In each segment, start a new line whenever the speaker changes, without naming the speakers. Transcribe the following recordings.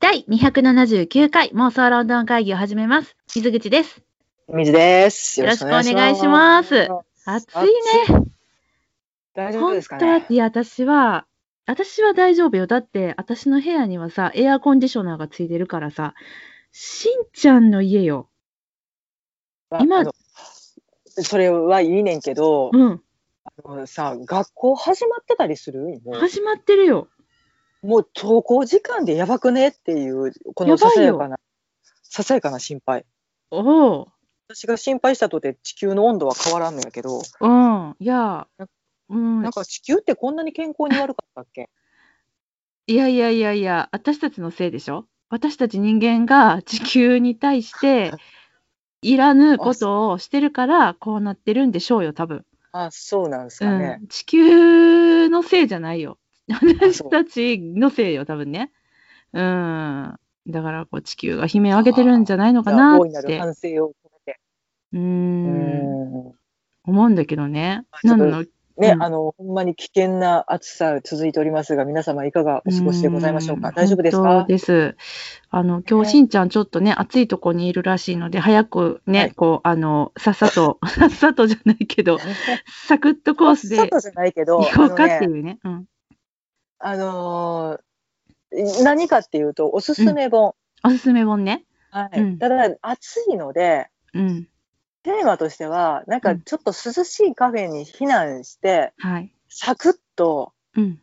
第279回妄想ロンドン会議を始めます。水口です。
水です。
よろしくお願いします暑いね。
大丈夫
本
ですか
当
ね
いや、私は、私は大丈夫よ。だって、私の部屋にはさ、エアコンディショナーがついてるからさ、しんちゃんの家よ。
あ
今
あのそれはいいねんけど、
うん。
あのさ、学校始まってたりするもう
始まってるよ。
もう登校時間でやばくねっていう、こ
や
の
ばいよ
ささやかな、ささやかな心配。
お
私が心配したとて地球の温度は変わらんのやけ
お。
ど、
うん。いや、うん
なん。か地球ってこんなに健康に悪かったっ け
いやいやいやいや、私たちのせいでしょ私たち人間が地球に対 して、いらぬことをしてるから、こうなってるんでしょうよ、多分。
あ、そうなんですかね。
うん、地球のせいじゃないよ。
そう
私たちのせいよ、多分ね。うん。だからこう、地球が悲鳴を上げてるんじゃないのか
じゃ
な
あ
っ
大いなる
て、
反省を込めて。
う、
うんん
思うんだけどね。
まあち
な
ょっと
の
ね、
うん
あの、ほんまに危険な暑さ続いておりますが、皆様いかがお過ごしでございましょうか。
ん
大丈夫です
本当
か
です。あの、今日、
ね
しんちゃんちょっとね、暑いとこにいるらしいので、早くね、
はい
こう、あの、さっさ と、さっさとじゃないけど、サクッとコース
ちょっ
で
とじゃないけど、
行こうか
あの
ってい
ね
うね。うん。
あのー何かっていうと、おすすめ本。
おすすめ本ね。
はい
うん
ただ、暑いので、
うん。
テーマとしては、なん
う
か
ん
ちょっと涼しいカフェに避難して、
はい。
サクッと
うん。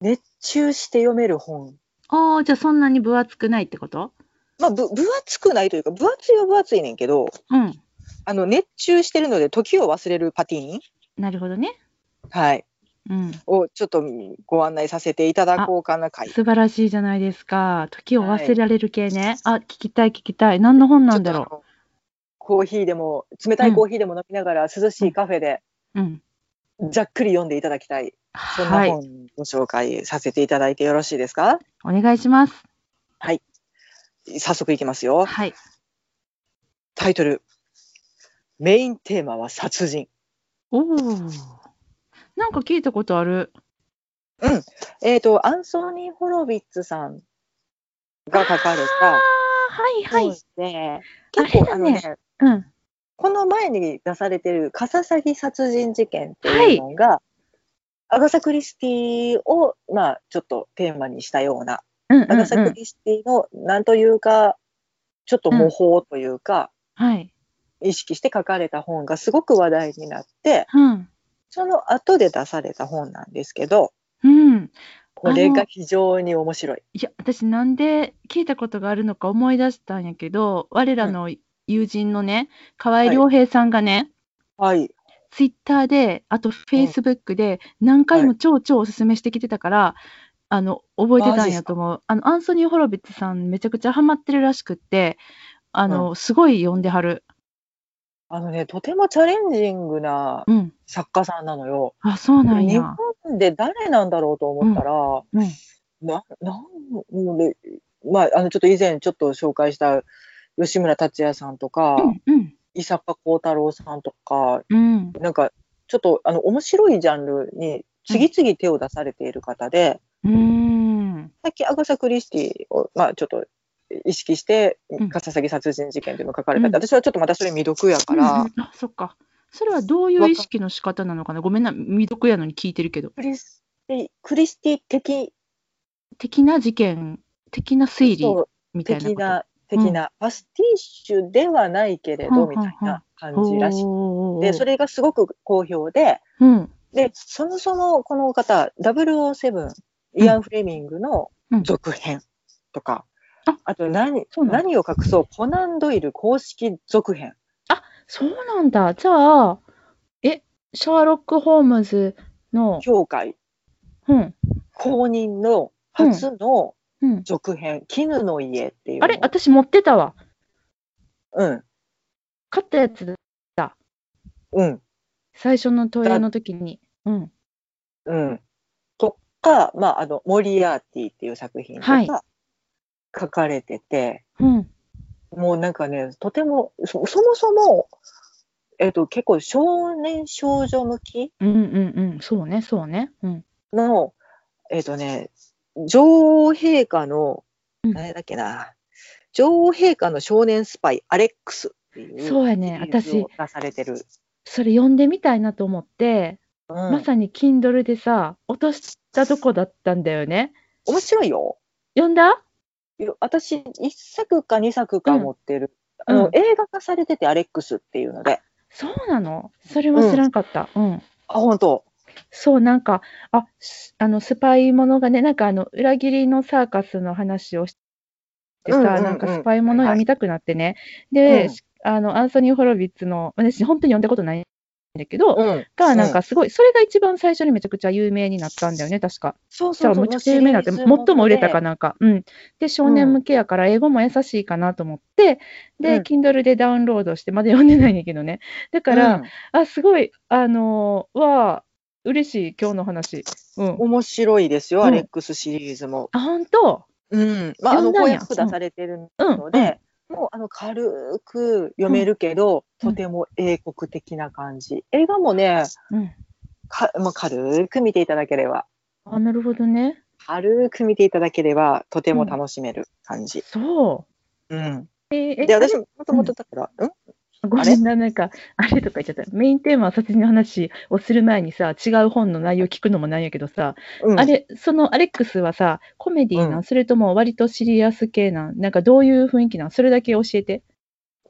熱中して読める本。
ああ、じゃあそんなに分厚くないってこと
まあ、ぶ分厚くないというか、分厚いは分厚いねんけど、
うん。
あの、熱中してるので、時を忘れるパティーン。
なるほどね。
はい。
うん。
をちょっとご案内させていただこうかな会。
素晴らしいじゃないですか。時を忘れられる系ね。あ、聞きたい聞きたい。何の本なんだ
ちょっ
ろ
とあのコーヒーでも、冷たいコーヒーでも飲みながら、涼しいカフェで、
う。うん。
ざっくり読んでいただきたい。そんな
はい。
本、ご紹介させていただいてよろしいですか
お願いします。
早速いきますよ。
はい。
タイトル。メインテーマは殺人。
おお。なんか聞いたことある。
えっ、と、アンソニー・ホロビッツさんが書かれ
あ
た
あ、はいはい。
本で、
あ
結構
あれ
あ
だ
の
ね
ね、
うん。
この前に出されてるカササギ殺人事件っていうのが、アガサ・クリスティを、まあ、ちょっとテーマにしたような、
うんうん
アガサ・
う
ク
ん。
リスティの、なんというか、ちょっと模倣というか、
はい。
意識して書かれた本がすごく話題になって、
うん。
その後で出された本なんですけど、
うん。
これが非常に面白い。
いや、私なんで聞いたことがあるのか思い出したんやけど、我らの友人のね、河合良平さんがね、
はい。
ツイッターで、あとフェイスブックで何回も超超おすすめしてきてたから、あの覚えてたんやと思う。あのアンソニー・ホロビッツさんめちゃくちゃハマってるらしくって、あの、すごい読んではる。
あのね、とてもチャレンジングな
うん。
作家さんなのよ。
あ、そうなん
日
や。
本で誰なんだろうと思ったら、
うん。
な、なんもうね、まあ、あの、ちょっと以前ちょっと紹介した吉村達也さんとか、
うん。
伊坂幸太郎さんとか、
うん。
なんか、ちょっと、あの、面白いジャンルに次々手を出されている方で、
うん。
さっきアガサ・クリスティを、まあ、ちょっと意識して
うん、
カササギ殺人事件というのが書かれた、
うん
私はちょっとまたそれ未読やから、
うんうんあ、そっか。それはどういう意識の仕方なのかなごめんな、未読やのに聞いてるけど。
クリスティ、クリスティ的、
的な事件、的な推理
そう
みたいなこと。
的な、的な、パスティッシュではないけれ
うんう
ど、
ん
みたいな感
お
じらしい。
ー
で、それがすごく好評で、
うん。
で、そもそもこの方、007、イアン・フレミングの
うん
続編とか、
あ
あと何
そうなんだ
何を隠そう、コナン・ドイル公式続編。
そうなんだ。じゃあ、え、シャーロック・ホームズの、
協会
うん、
公認の初の
うん。
続編、絹の家っていうの。
あれ、私持ってたわ。
うん、
買ったやつだ、
うん、
最初の問いの時に。うん。
うん。とか、まあ、あの、モリアーティっていう作品と
はい
か、書かれてて、
うん。
もうなんかね、とても、そそもそも、えっと、結構少年少女向き
うんうんうん。そうね、そうね。うん。
の、えっ、とね、女王陛下の
うん
誰だっけな、女王陛下の少年スパイ、アレックスっていう
そうやね
シリーズを出されてる。
それ読んでみたいなと思って、
うん
まさに Kindle でさ、落としたとこだったんだよね。
面白いよ。
読んだ
いや私、1作か2作か持って
う
る。
ん
あの
うん
映画化されてて、アレックスっていうので。
そうなのそれは知らんかった。うん。
あ、本当
そう、なんか、あ、すあの、スパイものがね、なんかあの、裏切りのサーカスの話をして
うんうんう
さ、
ん
なんかスパイもの
はいは
読
い
みたくなってね。
う
で
ん、
あの、アンソニー・ホロビッツの、私、本当に読んだことないんだけど、
うん。
が、なんかすごい、それが一番最初にめちゃくちゃ有名になったんだよね、確か。
そう
じゃ
そう
あ、
そう。
めちゃくちゃ有名になって、最も売れたか
な。
なんか。うん。で、少年向けやから、英語も優しいかなと思って、
う
で、
ん
Kindle でダウンロードして、まだ読んでないんだけどね。だから、
うん
あ、すごい、あのーわあ、嬉しい、今日の話。うん。
面白いですよ、
うん
アレックスシリーズも。
あ、本当
うん。まあ、あ
読
の、
んだん
翻
や
訳出されてる
うん。
ので、もうあの軽く読めるけど、
うん
とても英国的な感じ。映画もね、
うんうん
かもう軽く見ていただければ、
あ、なるほどね。
軽く見ていただければ、とても楽しめる感じ。
そ
うん。
う。えーえ
で、私、もともとだから、うん、
ごめんな、なんか、あれとか言っちゃった。メインテーマは殺人の話をする前にさ、違う本の内容聞くのもなんやけどさ、
うん、
あれ、そのアレックスはさ、コメディーなん、
うん
それとも割とシリアス系なんなんかどういう雰囲気なんそれだけ教えて。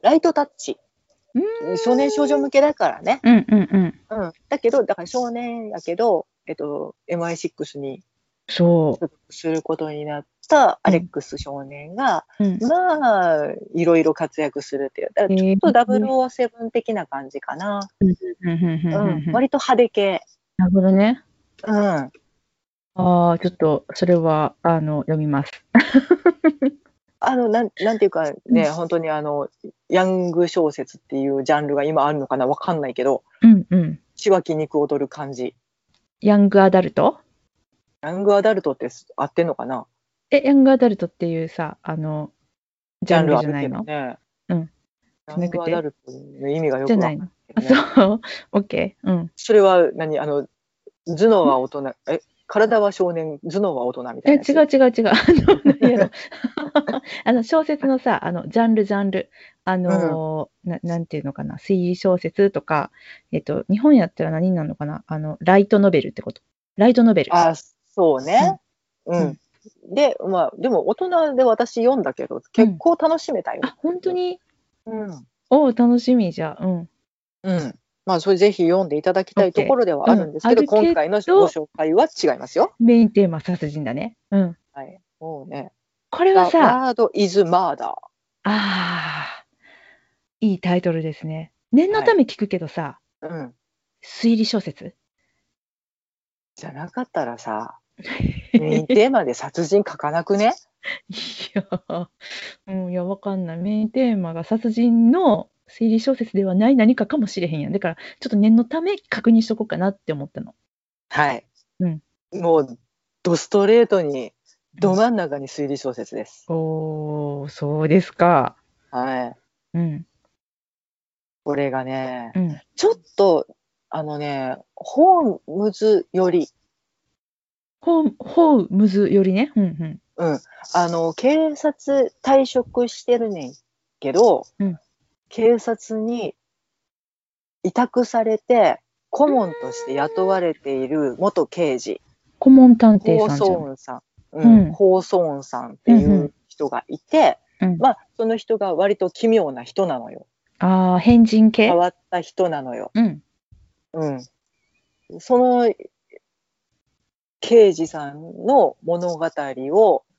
ライトタッチ
う。
少年少女向けだからね。
うんうんうん。
うん。だけど、だから少年やけど、えっと、MI6 に
そ
所属することになったアレックス少年が、
う。うん、
まあ、いろいろ活躍するっていう。だからちょっと007的な感じかな。
うんうんうん
う
うん
ん。
うん
割と派手系。
なるほどね。
うん。
ああ、ちょっと、それは、あの、読みます。
あの、なん、なんていうかね、
うん
本当にあの、ヤング小説っていうジャンルが今あるのかなわかんないけど、
うんうん。
血は気肉踊る感じ。
ヤングアダルト
ヤングアダルトってす合ってんのかな
え、ヤングアダルトっていうさ、あの、ジャンルじゃないの
ジャンルあるけ
う
ど
ん
ね。ヤングアダルトの意味がよく
じゃ
わか
なんい
ない
の。あ、そう。 オッケー。うん。
それは何あの、頭脳は大人、え、体は少年、頭脳は大人みた
え、
い
違
なや
う
つ。
違う違う。あの、何やろ。 あの、小説のさ、あの、ジャンルジャンル。あのー、ななんていうのかな。推理小説とか、えっと、日本やったら何になるのかな。あの、ライトノベルってこと。ライトノベル。
あ、そうね。うんん。で、まあ、でも大人で私読んだけど、結構楽しめたよ。
あ、本当に
うん。
おう楽しみじゃあ。うん。
うん。まあ、それぜひ読んでいただきたいところではあるんですけ
OK
ど、
うんあるけど
今回のご紹介は違いますよ。
メインテーマ殺人だね。うん。
はい。もうね。
これ
The
はさ、
Word is Murder。
ああ、いいタイトルですね。念のため聞くけどさ、
うん。
推理小説
じゃなかったら さ、メイン
い
テーマで殺人書かなくね
や、うん、いや、わかんない。メインテーマが殺人の推理小説ではない何かかもしれへんやん。だから、ちょっと念のため確認しとこうかなって思ったの。
はい。
うん
もう、ドストレートに、ど真ん中に推理小説です。
おー、そうですか。
はい。
うん、
これがね
う、ん。
ちょっと、あのね、ホームズより、
ほう、ほう、むずよりね。うん、うん。
うん、あの警察退職してるねんけど、
うん
警察に委託されて顧問として雇われている元刑事
顧問探偵
ホー
さんじゃ
ソ
ん。
ーンさん、うん
うん
ホーソーンさんってい
んう
う人がいて、
うん
まあ、その人が割と奇妙な人なのよ
ああ、変人系
変わった人なのよ、
うん、
うん、その刑事さんの物語
う
を
ん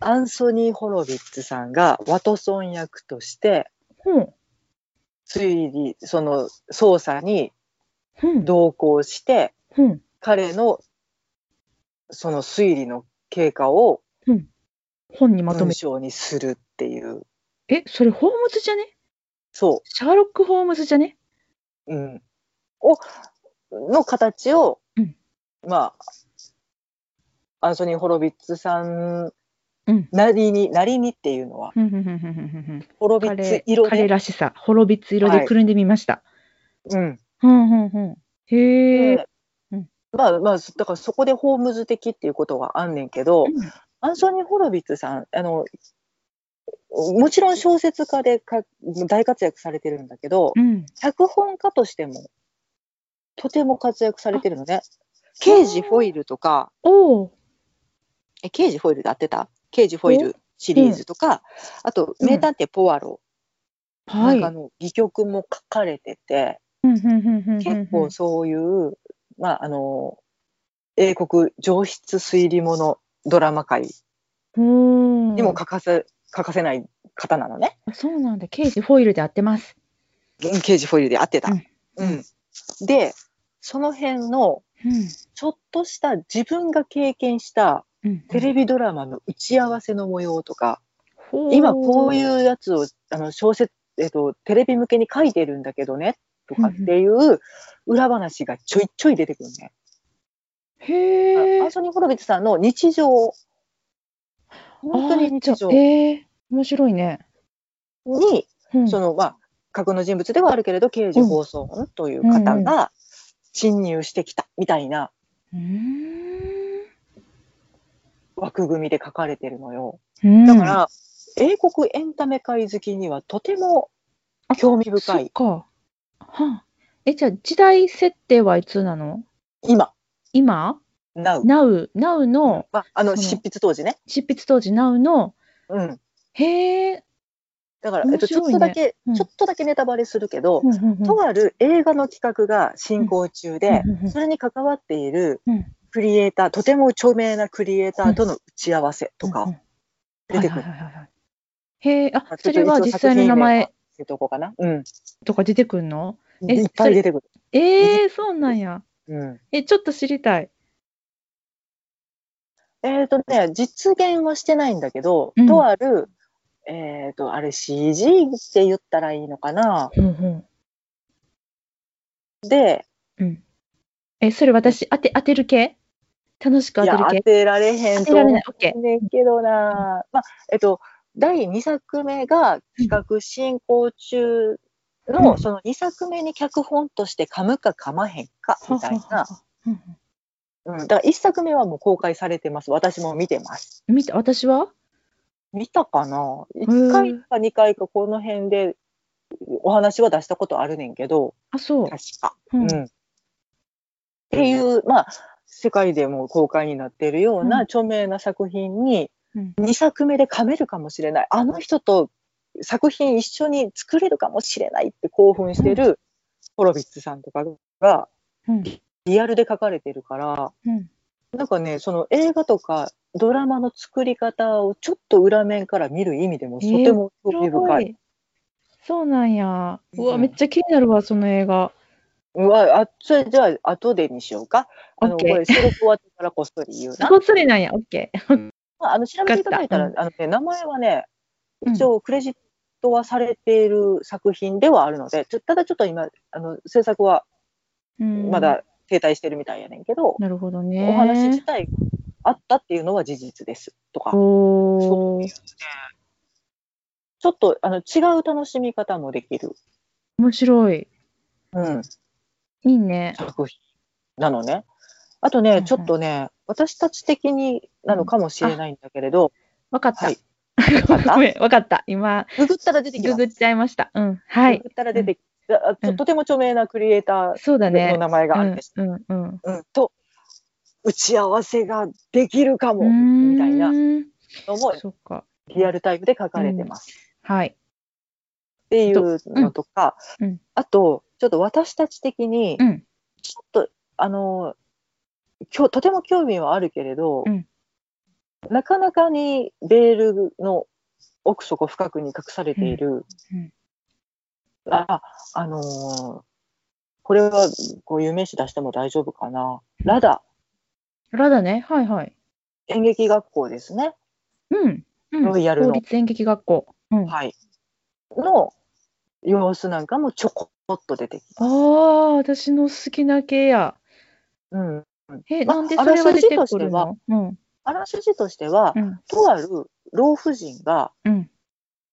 アンソニー・ホロビッツさんがワトソン役として
ほう、
推理その捜査に
ほう、
同行して
ほう。
彼のその推理の経過を
本にまとめ
文章にするっていう
え、それホームズじゃね
そ
シャーロック・ホームズじゃね
う、うん、をの形を、
うん
まあアンソニー・ホロビッツさん
うん。
なりになりにっていうのは
ふんふんふんふんふんふん
ホロビッツ
彼
色
彼
で、
らしさ、ホロビッツ色でくるんでみました。
うん、
ふんふんふん。へえ。
でまあまあだからそこでホームズ的っていうことがあんねんけど、
うん
アンソニー・ホロビッツさん、あの、もちろん小説家でか大活躍されてるんだけど、
うん。
脚本家としても、とても活躍されてるのね。刑事フォイルとか、
おお。
え、刑事フォイルで合ってた刑事フォイルシリーズとか、あと、
うん
名探偵ポワロ、
は。
ないんかあの、戯曲も書かれてて、結
結
構そういう、まあ、あの、英国上質推理物ドラマ界
うん。
にも欠かせ、欠かせない方なのね。
そうなんだ。刑事フォイルで合ってます。
刑事フォイルで合ってた。
うん
うんで、その辺の、
うん。
ちょっとした自分が経験したテレビドラマの打ち合わせの模様とか、
ほー
今こういうやつをあの小説、えっと、テレビ向けに書いてるんだけどね、とかっていう裏話がちょいちょい出てくるね。
へ
ア
え
ン。ソニー・ホロビッツさんの日常。本当に日常
あーじゃあへえ。面白いね。
に、
うん
その、まあ、架空の人物ではあるけれど、刑事放送音という方
うん
が侵入してきたみたいな
うーん
枠組みで書かれてるのよ。
うん
だから、英国エンタメ界好きにはとても興味深
そっ
い。
か。はあえ、じゃあ時代設定はいつなの
今、
今
Now。
?Now、Now の、
まあ、あ
そ
の、
の
執筆当時ね。
執筆当時 Now の、
うん。
へえ。
だから、えっ
面
と、
白いね
ちょっとだけ、
うん
ちょっとだけネタバレするけど、
うんうんうん
とある映画の企画が進行中で
うんうんう、ん
それに関わっている
うん
クリエイター、とても著名なクリエイターとの打ち合わせと
うんう
か
ん
出てく
は
る
い。はいはいはいへえ、
ま
あ
あ、
それは実際の名。
ちょ
前
っと一応作品名は言っとこうかな。うん。
とか出てくんのえ
いっぱい出てくる。
えー、そうなんや。
うん。
え、ちょっと知りたい。
えっ、とね、実現はしてないんだけど、
うん
とある、えっ、と、あれ CG って言ったらいいのかな。
うんうん。
で、
うん。え、それ私、当て、当てる系楽しく当
い
て
や、
る
当
系
てられへんと
当てられ
思
ない。オッケ
うねんけどな。まあ、えっ、と、第2作目が企画進行中の、
うん
その2作目に脚本として噛むか噛まへんか、
ー。
みたい
はは
な。
はうん
うん。だから1作目はもう公開されてます。私も見てます。
うん見た、私は
見たかな
ー
1回か2回かこの辺でお話は出したことあるねんけど
あ、そう
確。か、
う
うんん。っていうまあ世界でも公開になってるよう
うん
な著名な作品に
うん
2作目で噛めるかもしれないあの人と作品一緒に作れるかもしれないって興奮してるホロビッツさんとかが
うん。
リアルで書かれてるから
うん。
なんかねその映画とかドラマの作り方をちょっと裏面から見る意味でもとても興味深い。
そうなんや。うわ、
うん
めっちゃ気になるわ、その映画。
うわ、あ、それじゃあ、後でにしようか。あの、
OK
これ、収録終わってからこっそり言うな。
こっそりなんや、オッケー。
まあ、あの、調べていただいたら、
わ
あのね、名前はね、
うん
一応、クレジットはされている作品ではあるので、ちょただちょっと今、あの、制作は
うん
ま。だ停滞してるみたいやねんけど、
なるほどね。
お話自体があったっていうのは事実です。とか、
おー。
ちょっと、あの、違う楽しみ方もできる、
面白い。
うん、
いいね。
作品なのね。あと
うんう
ね、
ん
ちょっとね、私たち的になのかもしれないんだけれど、
わかった。
はい
ごめん、わかった。今、
ググったら出てきます
ググっちゃいました。うん。はい
グ。グったら出てきあ
う
と
ん
とても著名なクリエイタ
そうだ
ーの
ね。
名前があるんです。
うん、うん、うん。
うんと打ち合わせができるか
うー
も
ん
みたいなのも
そっか。
リアルタイムで書かれてます、
はい。
っていうのとか、
うんうん
あとちょっと私たち的に
うん。
ちょっと、あのきょとても興味はあるけれど、
うん
なかなかにレールの奥底深くに隠されている、
うん
ああのーこれはこういう名詞出しても大丈夫かなラダ
ラだね。はいはい。
演劇学校ですね、
うん。うん、
ロイヤルの
公立演劇学校。うん。あ
はい、の様子なんかもちょこっと出てき
あ
ます。
ー、私の好きな系や。
うん、
え、
まあ
なんでそれは出て
あらす
く
じと
る
しては
のうん。
あらすじとしては、
うん。
とある老婦人が、
うん。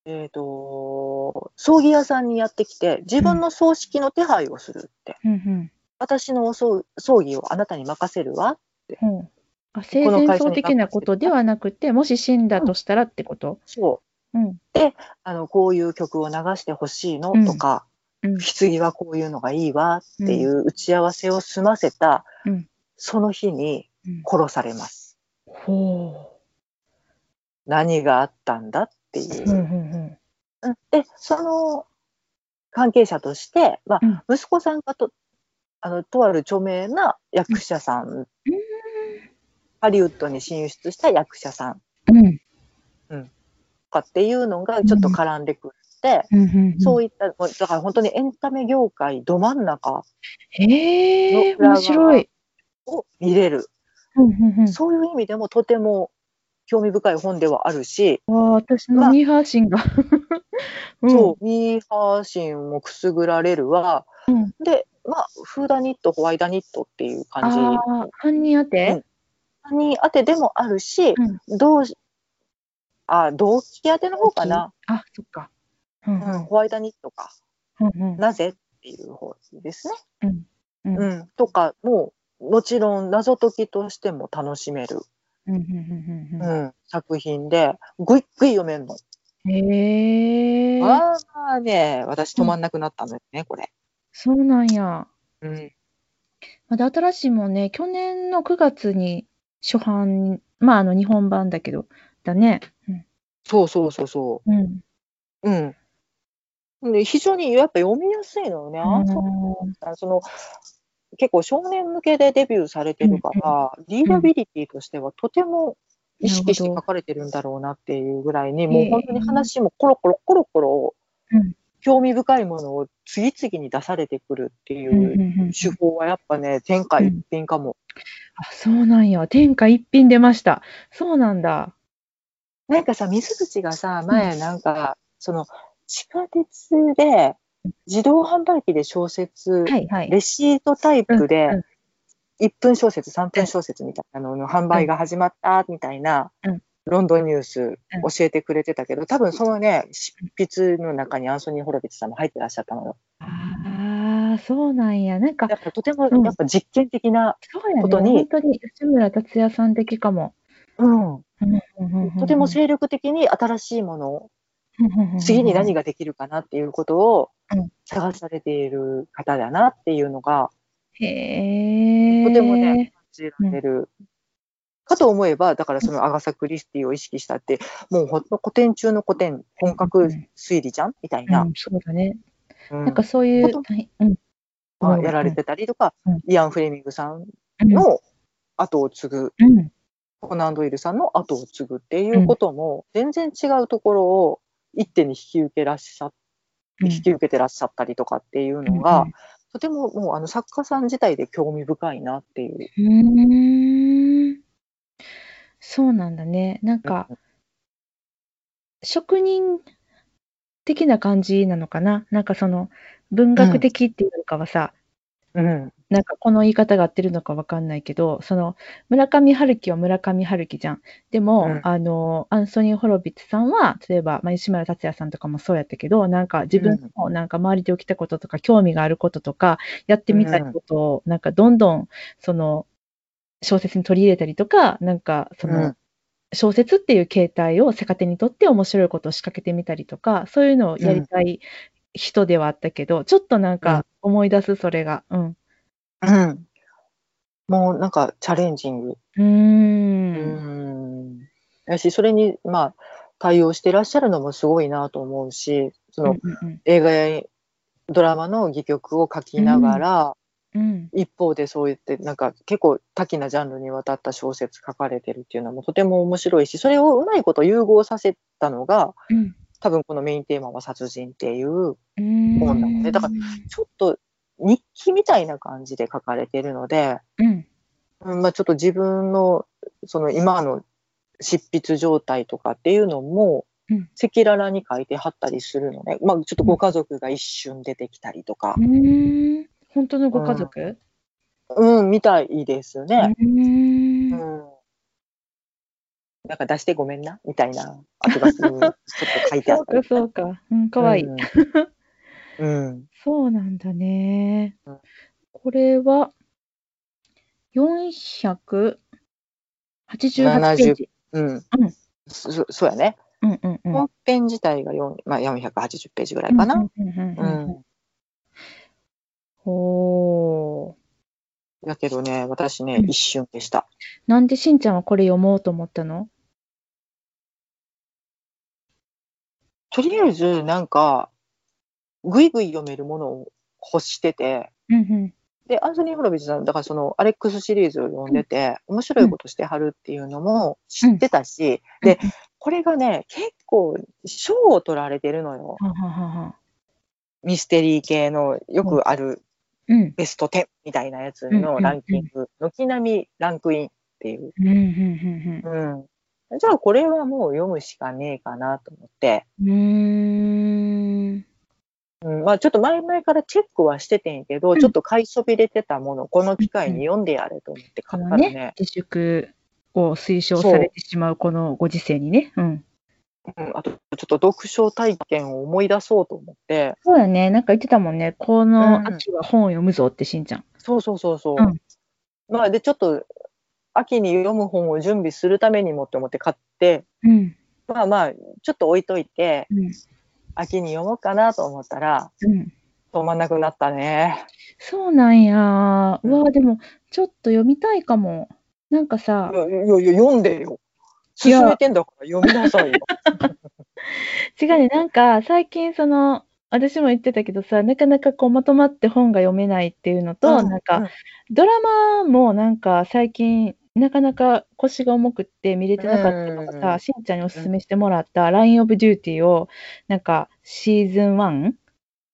えー、と葬儀屋さんにやってきて自分の葬式の手配をするって、
うん。
私のお葬葬儀をあなたに任せるわ
うん。あ生前葬的なことではなくて、もし死んだとしたらってこと。
そう
うん。
あのこういう曲を流してほしいの
うん
とか、
うん
棺はこういうのがいいわっていう打ち合わせを済ませた、
うん
その日に
うん
殺されます。
ほ。
何があったんだっていう
うんう
う。
んうん。
うんでその関係者として、まあ息子さんがとあのとある著名な役者さん、ハリウッドに進出した役者さんと
うん
かっていうのがちょっと絡んでくるって、
うんうん
そうういった、もうだから本当にエンタメ業界ど真ん中
ん。へえ、
の裏側
面白い。
を見れる、
うんうんうん。
そういう意味でもとても興味深い本ではあるし、
わあ、私の
まあ
ミーハー心が。うん
そう、ミーハー心もくすぐられるは、
うん
で、まあ、フーダニット、ホワイダニットっていう感じ
ああ、犯人当て、
に当てでもあるし、同時あ同期当ての方かな、
あ、そっか。うん
うん、ホワイダニットか、
うん
なぜっていう方ですね。
うんうん
うん、とか、もう、もちろん謎解きとしても楽しめる、
うんうんうん
う、
うん
作品で、ぐいっぐい読める
ん
の。
へえ、
ああね、私止まんなくなったんだよね、これ。
そうなんや。
うん。
まだ新しいもんね、去年の9月に初版、まああの日本版だけど、だね。
そうそうそうそ
うん。うん
う。うん。で非常にやっぱ読みやすいのよね。あそうだその結構少年向けでデビューされてるから、リーダビリティとしてはとても意識して書かれてるんだろうなっていうぐらいに、
なるほど
もう本当に話もコロコロコロコロ
うん
興味深いものを次々に出されてくるってい
うんうんう
う
ん
手法はやっぱね、天下一品かも。
あそうなんや。天下一品出ました。そうなんだ。
なんかさ、水口がさ、前なんか、その地下鉄で自動販売機で小説、
はいはい。
レシートタイプで、
うん
1分小説、3分小説みたいなのの販売が始まったみたいな、
うん
ロンドンニュース教えてくれてたけど、多分そのね、執筆の中にアンソニー・ホロビッツさんも入ってらっしゃったのよ。
ああ、そうなんや。なんか
や、っぱとても、
うん
やっぱ実験的な、
そうやね。
ことに
本当に吉村達也さん的かも。うんうんうんうん
とても精力的に新しいものを、次に何
が
ができるかなっていうことを
うん
探されている方だなっていうのが
へえ。
とてもね。感じられる。かと思えば、だからそのアガサ・クリスティを意識したって、もうほんと古典中の古典、本格推理じゃんみたいうな、
ん、そうだね。
うん
なんかそういう
元、
はいうん、
まあやられてたりとか、
うん
イアン・フレミングさん
うん、
の後を継ぐ、
うん、
コナン・ドイルさんの後を継ぐっていうことも、全然違うところを一手に引き受けらっし
う
ゃ、
ん
引き受けてらっしゃったりとかっていうのが、とてももうあの作家さん自体で興味深いなっていう。
うーん、そうなんだね。なんか、職人的な感じなのかな。なんかその、文学的っていうよりかはさ、
うん。
なんかこの言い方が合ってるのかわかんないけど、その村上春樹は村上春樹じゃん。でも、
うん
あの、アンソニー・ホロビッツさんは、例えば、まあ、吉村達也さんとかもそうやったけど、なんか自分のなんか周りで起きたこととか、興味があることとか、やってみたいことを、なんかどんどん、その、小説に取り入れたりとか、なんか、その、
うん
小説っていう形態を逆手にとって面白いことを仕掛けてみたりとか、そういうのをやりたい人ではあったけど、ちょっとなんか思い出す、それが。うん。
うん。もうなんかチャレンジング。
うー。
うんん。やし、それに、まあ、対応してらっしゃるのもすごいなと思うし、その、
うん
映画やドラマの戯曲を書きながら、
うん
一方でそう言って、なんか結構多岐なジャンルにわたった小説書かれてるっていうのもとても面白いし、それをうまいこと融合させたのが、
うん
多分このメインテーマは殺人っていう、
うん。
本なのでだからちょっと日記みたいな感じで書かれてるので、
うん。
うんまあ、ちょっと自分のその今の執筆状態とかっていうのも
うん
赤裸々に書いてはったりするのね、まあ、ちょっとご家族が一瞬出てきたりとか
う、ーん。本当のご家族
うんみたいですね、
うーん
うんなんか出してごめんなみたいな後がするちょっと書いてあ
そ
っ
う
た
か、
り
そうか。うん、かわいい。
うんうん
そうなんだね
うん。
これは、400 88ページ。
うん
うん
そそうやね。
うんうんうん。
本編自体が4、まあ、480ページぐらいかな。
うんうんうん
う
うん
ん。
おー
だけどね、私ね
う、ん
一瞬でした。
なんでしんちゃんはこれ読もうと思ったの
とりあえず、なんか、ぐいぐい読めるものを欲してて、
うんうん。
で、アンソニー・ホロビッツさん、だからそのアレックスシリーズを読んでて、面白いことしてはるっていうのも知ってたし、で、これがね、結構賞を取られてるのよ。
はははは。
ミステリー系のよくある
うん。
ベスト10みたいなやつ
うんうんう
の
ん
ランキング、軒並みランクインっていう。
うんうん
うん。じゃあこれはもう読むしかねえかなと思って、
うんうん。うーん。
うん、まあちょっと前々からチェックはしててんけど、
ん
ちょっと買いそびれてたもの、この機会に読んでやれと思って
こ
買っ
の
たのね。
ね、自粛を推奨されてしまうこのご時世にね。うん。
うん、あとちょっと読書体験を思い出そうと思って、
そうだね。なんか言ってたもんね。こ
うん
の秋は本を読むぞってしんちゃん。
そうそうそうそう。
うん
まあでちょっと秋に読む本を準備するためにもって思って買って、
うん。
まあまあちょっと置いといて、
うん。
秋に読もうかなと思ったら、
うん。
止まんなくなったね。
そうなんや。
う
うんわ、でも、ちょっと読みたいかも。なんかさ
い、やいやいや、読んでよ。
いや
進めてんだから読みなさいよ。
違うね、なんか最近その、私も言ってたけどさ、なかなかこうまとまって本が読めないっていうのと、
うん
なんか、ドラマもなんか最近、なかなか腰が重くって見れてなかったのが
うんうんう
さ、
ん
しんちゃんにおすすめしてもらったラインオブデューティーを、なんかシーズン 1?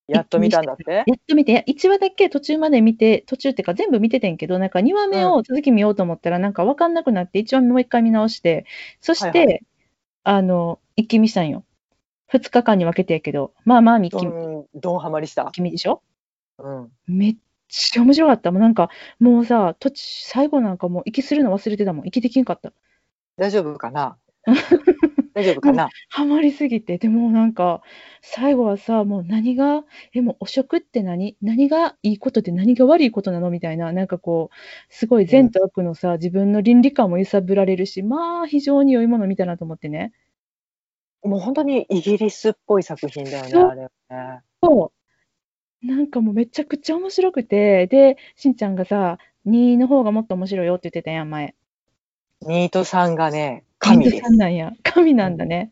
やっと見たんだって。
やっと見て、1話だけ途中まで見て、途中っていうか全部見ててんけど、なんか2話目を続き見ようと思ったら、なんか分かんなくなって、1話目もう一回見直して、そして、
はい
あの、一気見したんよ。2日間に分けてやけど、まあまあ、一
ど
気見、
ん、どんはまりした
一。気見でしょ
うん。
めっちゃ面白かった。もうなんか、もうさ、途中、最後なんかもう息するの忘れてたもん。息できんかった。
大丈夫か な大丈夫かな
ハマりすぎて、でもなんか、最後はさ、もう何が、え、もう汚職って何何がいいことで何が悪いことなのみたいな、なんかこう、すごい善と悪のさ、自分の倫理観も揺さぶられるし、まあ、非常に良いもの見たなと思ってね。
もう本当にイギリスっぽい作品だよね、
そう
あれはね。
なんかもうめちゃくちゃ面白くて、で、しんちゃんがさ、2の方がもっと面白いよって言ってたやん、前。
ニートさんがね、神
ニー
で
トさんなんや。神なんだね。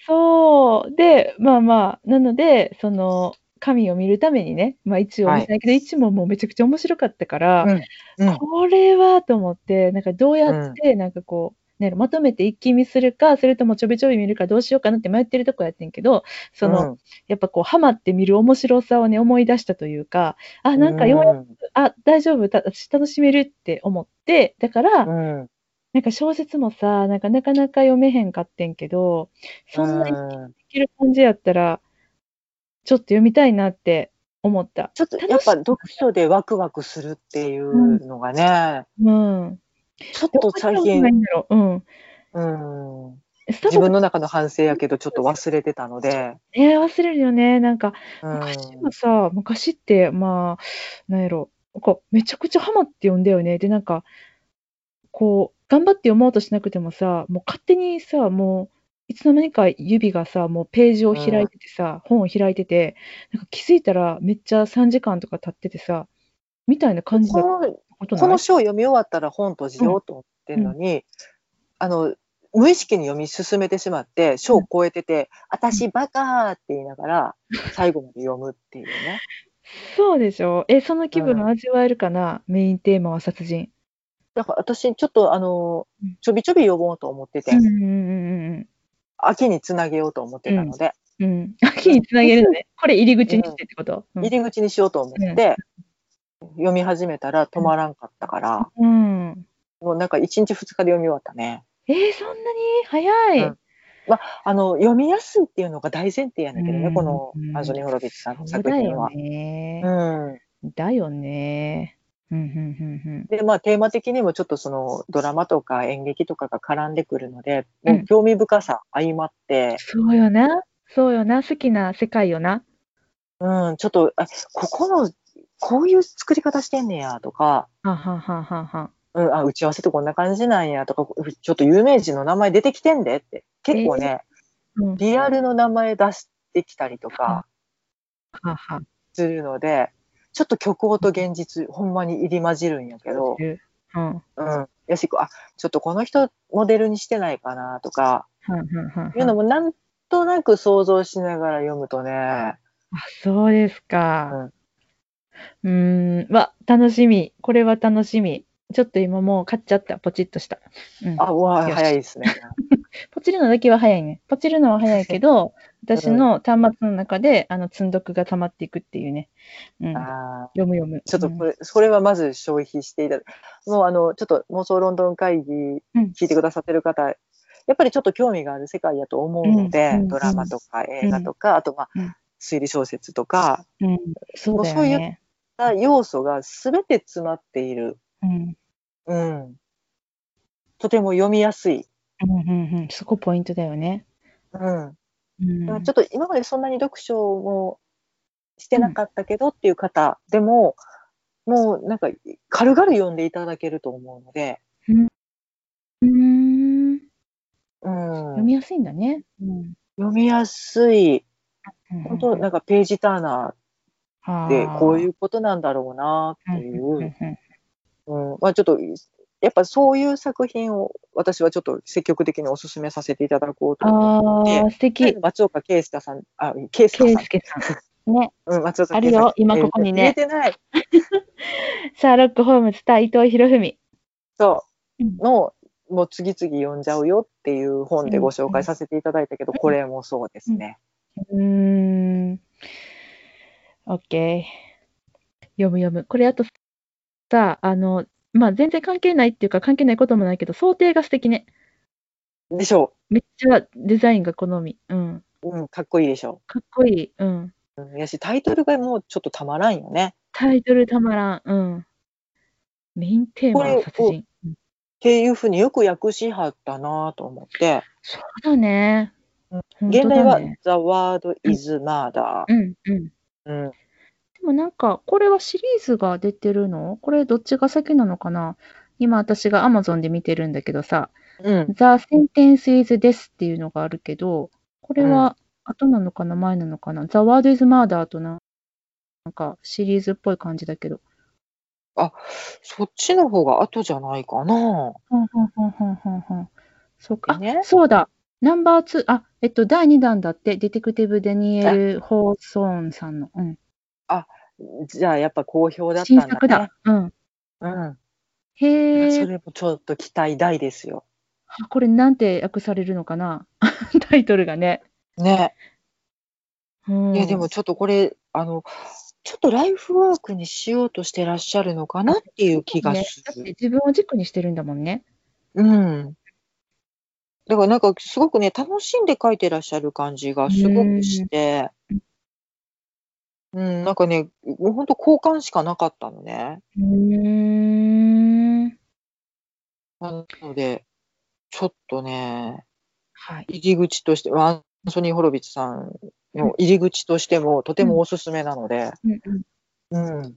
す。
そう。で、まあまあ、なので、その、神を見るためにね、まあ1を見たいけど、1ももうめちゃくちゃ面白かったから、
うん。うん
これはと思って、なんかどうやって、なんかこう、ね、まとめて一気見するか、それともちょびちょび見るかどうしようかなって迷ってるとこやってんけど、その、
うん
やっぱこう、ハマって見る面白さをね、思い出したというか、あ、なんかようやく、あ、大丈夫、た私楽しめるって思って、だから、
うんうん
なんか小説もさ、なんかなかなか読めへんかってんけど、そんなにで
うん
きる感じやったら、ちょっと読みたいなって思った。
ちょっとやっぱ読書でワクワクするっていうのがね、
うん。
ちょっと最
どうしたらいい
近、
んだろう。うん。
うん、
スタバと
自
か
分の中の反省やけどちょっと忘れてたので、
ね、忘れるよね。なんか、
うん、
昔はさ、昔って、まあ、なんやろ、こう、めちゃくちゃハマって読んだよね。で、なんか、こう、頑張って読もうとしなくてもさ、もう勝手にさ、もう、いつの間にか指がさ、もうページを開いててさ、本を開いてて、なんか気づいたらめっちゃ3時間とか経っててさ、みたいな感じだっ
この
たこと
こ
な
の
い
章読み終わったら本閉じようと思ってるのに、あの無意識に読み進めてしまって章を超えてて「私バカ!」って言いながら最後まで読むっていうね。
そうでしょえ、その気
う
分
ん
味わえるかな、メインテーマは殺人。
だから私ちょっとあの
うん
ちょびちょび呼ぼうと思ってて、
うんうん
秋につなげようと思ってたので、
うんうん。うん。秋につなげるのね。これ入り口にしてってこと、うん
入り口にしようと思って、読み始めたら止まらんかったから、
うん。
もうなんか1日2日で読み終わったね。
えー、そんなに早い。
うんあの読みやすいっていうのが大前提やねんだけどね、
うん
このアンソニー・ホロビッツさんの
そう
作
だ
品
よ
は。
ね。
うん、
だよね。うんうんうんうん。
でまあテーマ的にもちょっとそのドラマとか演劇とかが絡んでくるので、
うん
もう興味深さ相まって、
そうよな。そうよな。好きな世界よな。
うん、ちょっとあここのこういう作り方してんねやとか
ははははは。
うん、あ、打ち合わせってこんな感じなんやとか、ちょっと有名人の名前出てきてんでって、結構ね、
うん
リアルの名前出してきたりとか
はは。
するので、ちょっと虚構と現実、ほんまに入り混じるんやけど、
うん。は
うん。やし、あ、ちょっとこの人モデルにしてないかなとか、
んはんはん
いうのもなんとなく想像しながら読むとね、
あ、そうですか。うん、ん、わ、楽しみ。これは楽しみ。ちょっと今もう買っちゃった。ポチッとした。うん、
あ、うわ
よし
早いですね。
ポチるのだけは早いね。ポチるのは早いけ ど、私の端末の中で、あの、積んどくが溜まっていくっていうね。うん。読
あー
む読む。
ちょっと
うん
これ、それはまず消費していただもうあの、ちょっと妄想ロンドン会議
うん
聞いてくださってる方、やっぱりちょっと興味がある世界やと思うので、
うんうん
ドラマとか映画とか、あとまあ、
うん
推理小説とか、
うん、そうだよ
そういう
ね。
要素が全て詰まっている。
うん。
うん。とても読みやすい。
うんうんうん。そこポイントだよね。
うん。
うん。
ちょっと今までそんなに読書もしてなかったけどっていう方でも、もうなんか軽々読んでいただけると思うので、
うーん。
うん、
読みやすいんだね。うん。
読みやすい。本当
ん
なんかページターナーってこういううことなんだろうな
あー
ってい
ん
う、
んん
うんまあ、ちょっとやっぱそういう作品を私はちょっと積極的にお勧めさせていただこうと思っ
ああ、素
て
敵。
松岡圭介さん、あ、
ケ
圭介
イ
さん
スケさん。ね。
うん、松岡
ある
圭介さん
よ今ここにね
言えてない。
シャーロック・ホームズ対伊藤博文。
そう、
うん
の、もう次々読んじゃうよっていう本でご紹介させていただいたけど、これもそうですね。
うーん。OK。読む読む。これあとさ、あの、まあ、全然関係ないっていうか、関係ないこともないけど、想定が素敵ね。
でしょ
めっちゃデザインが好み。うん。
う。うん、かっこいいでしょ
かっこいい。うん。
う。うん、やし、タイトルがもうちょっとたまらんよね。
タイトルたまらん。うん。メインテーマは殺
これ
人。うん
っていうふうによく訳しはったなと思って、
そうだね。本
現
当
代
だ
は
ね。
The Word is Murder。
うんうん。
うん。
でもなんか、これはシリーズが出てるのこれどっちが先なのかな今私が Amazon で見てるんだけどさ、
うん。
The Sentence is This っていうのがあるけど、これは後なのかな前なのかな ?The Word is Murder とななんかシリーズっぽい感じだけど。
そっちの方が後じゃないかな
ほんほんほんほんほんほんそうか。
でね
あ、そうだ。ナンバー2、あ、えっと、第2弾だって、ディテクティブ・デニエル・ホーソーンさんの、うん、
じゃあ、やっぱ好評だったん
新
だね。
作だ。。うん。
うん。
へえ
そ。れもちょっと期待大ですよ。
あこれなんて訳されるのかな タイトルがね。
ね。
うん
いや、でもちょっとこれ、あの、ちょっとライフワークにしようとしてらっしゃるのかなっていう気が
ね
す
だって
る。
自分を軸にしてるんだもんね。
うん。だからなんかすごくね、楽しんで書いてらっしゃる感じがすごくして、うん、なんかね、もうほんと好感しかなかったのね。
うーん。
なので、ちょっとね、
はい。
入り口として、まあアンソニー・ホロビッツさんの入り口としてもとてもおすすめなので、
うんうん
うん、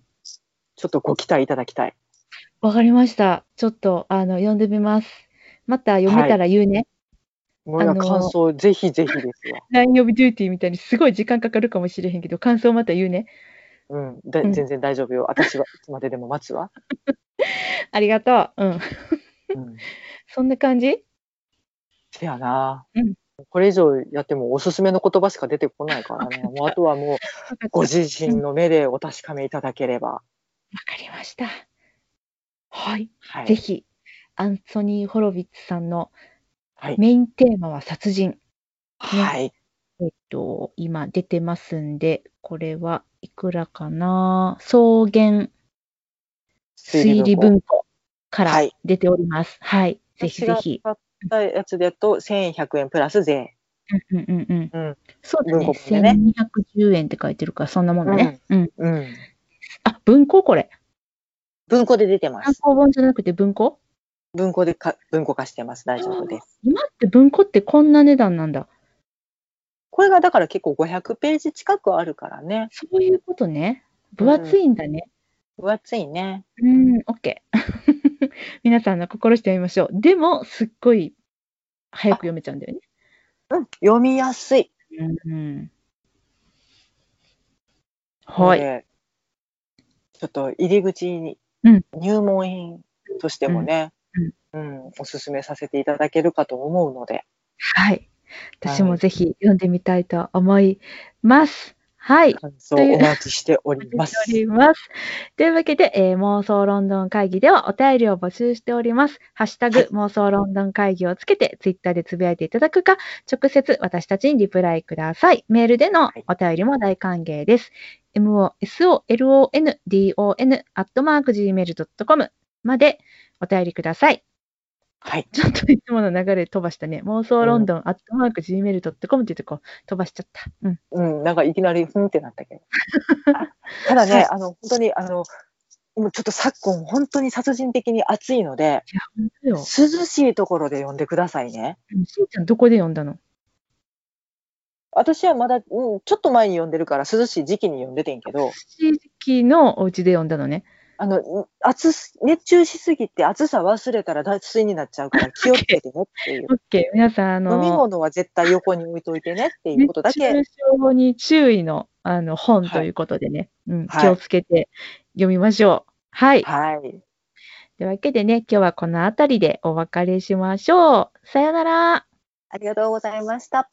ちょっとご期待いただきたい。
わかりました。ちょっと、あの、読んでみます。また読めたら言うね。
もう
あ
な
のー
感想、ぜひぜひですよ。
ラインオブデューティーみたいにすごい時間かかるかもしれへんけど、感想また言うね。
うん、だ
うん
全然大丈夫よ。私はいつまででも待つわ。
ありがとう。うん。
うん、
そんな感じ
せやな、
うん
これ以上やってもおすすめの言葉しか出てこないからね。もうあとはもうご
わか
自身の目でお確かめいただければ。
りました。はい。
は
ぜ
い。
ひ、アンソニー・ホロビッツさんの
はい。
メインテーマは殺人。
はい。
えっと、今出てますんで、これはいくらかな草原推理文庫か
は
ら
い
出ております。はい。ぜひぜひ
私。が買ったやつだと1100円プラス税。
うんうんうんう
うんん。
そうだね。
文庫本でね
1210円って書いてるから、そんなもんだね。うん。
うん。
あ、文庫これ。
文庫で出てま
参
す。
考本じゃなくて文庫
文庫でか、文庫化してます。大丈夫です。
今って文庫ってこんな値段なんだ。
これがだから結構500ページ近くあるからね。
そういうことね。分厚いんだね。
分厚いね。
うん、オッケー。 皆さんの心して読みましょう。でも、すっごい早く読めちゃうんだよね。
うん、読みやすい。
うん。はい。
い。ちょっと入り口に、
うん
入門編としてもね、うんおすすめさせていただけるかと思うので、
はい。私もぜひ読んでみたいと思います。はい。
感想お待ちしており ます。
お待ちしております。というわけで、えー妄想ロンドン会議ではお便りを募集しております。ハッシュタグ、
はい
妄想ロンドン会議をつけて、ツイッターでつぶやいていただくか、直接私たちにリプライください。メールでの
はい
お便りも大歓迎です。mosolondon アットマーク gmail.com までお便りください。
はい。
ちょっといつもの流れ飛ばしたね。妄想ロンドンアットマーク gmail.com っていうとこ飛ばしちゃった。うん。
うん、なんかいきなりふんってなっ たけど。あただ
はい
ね、あの、本当に、あの、もうちょっと昨今、本当に殺人的に暑いので、
いや、本当よ
涼。しいところで読んでくださいね。
しんちゃんどこで読んだの
私はまだ、うん、ちょっと前に読んでるから、涼しい時期に読んでてんけど、
地域のお家で読んだのね。
あの、うん暑す、熱中しすぎて暑さ忘れたら脱水になっちゃ うから気をつけてねっていう。
OK。皆さん、あ
飲み
の、
物は絶対横に置いといてねっていう
熱
ことだけ。
中症に注意のあの本
はい
ということでね、うん、
はい
気をつけて読みましょう。はい。
はい。
というわけでね、今日はこのあたりでお別れしましょう。さよなら。
ありがとうございました。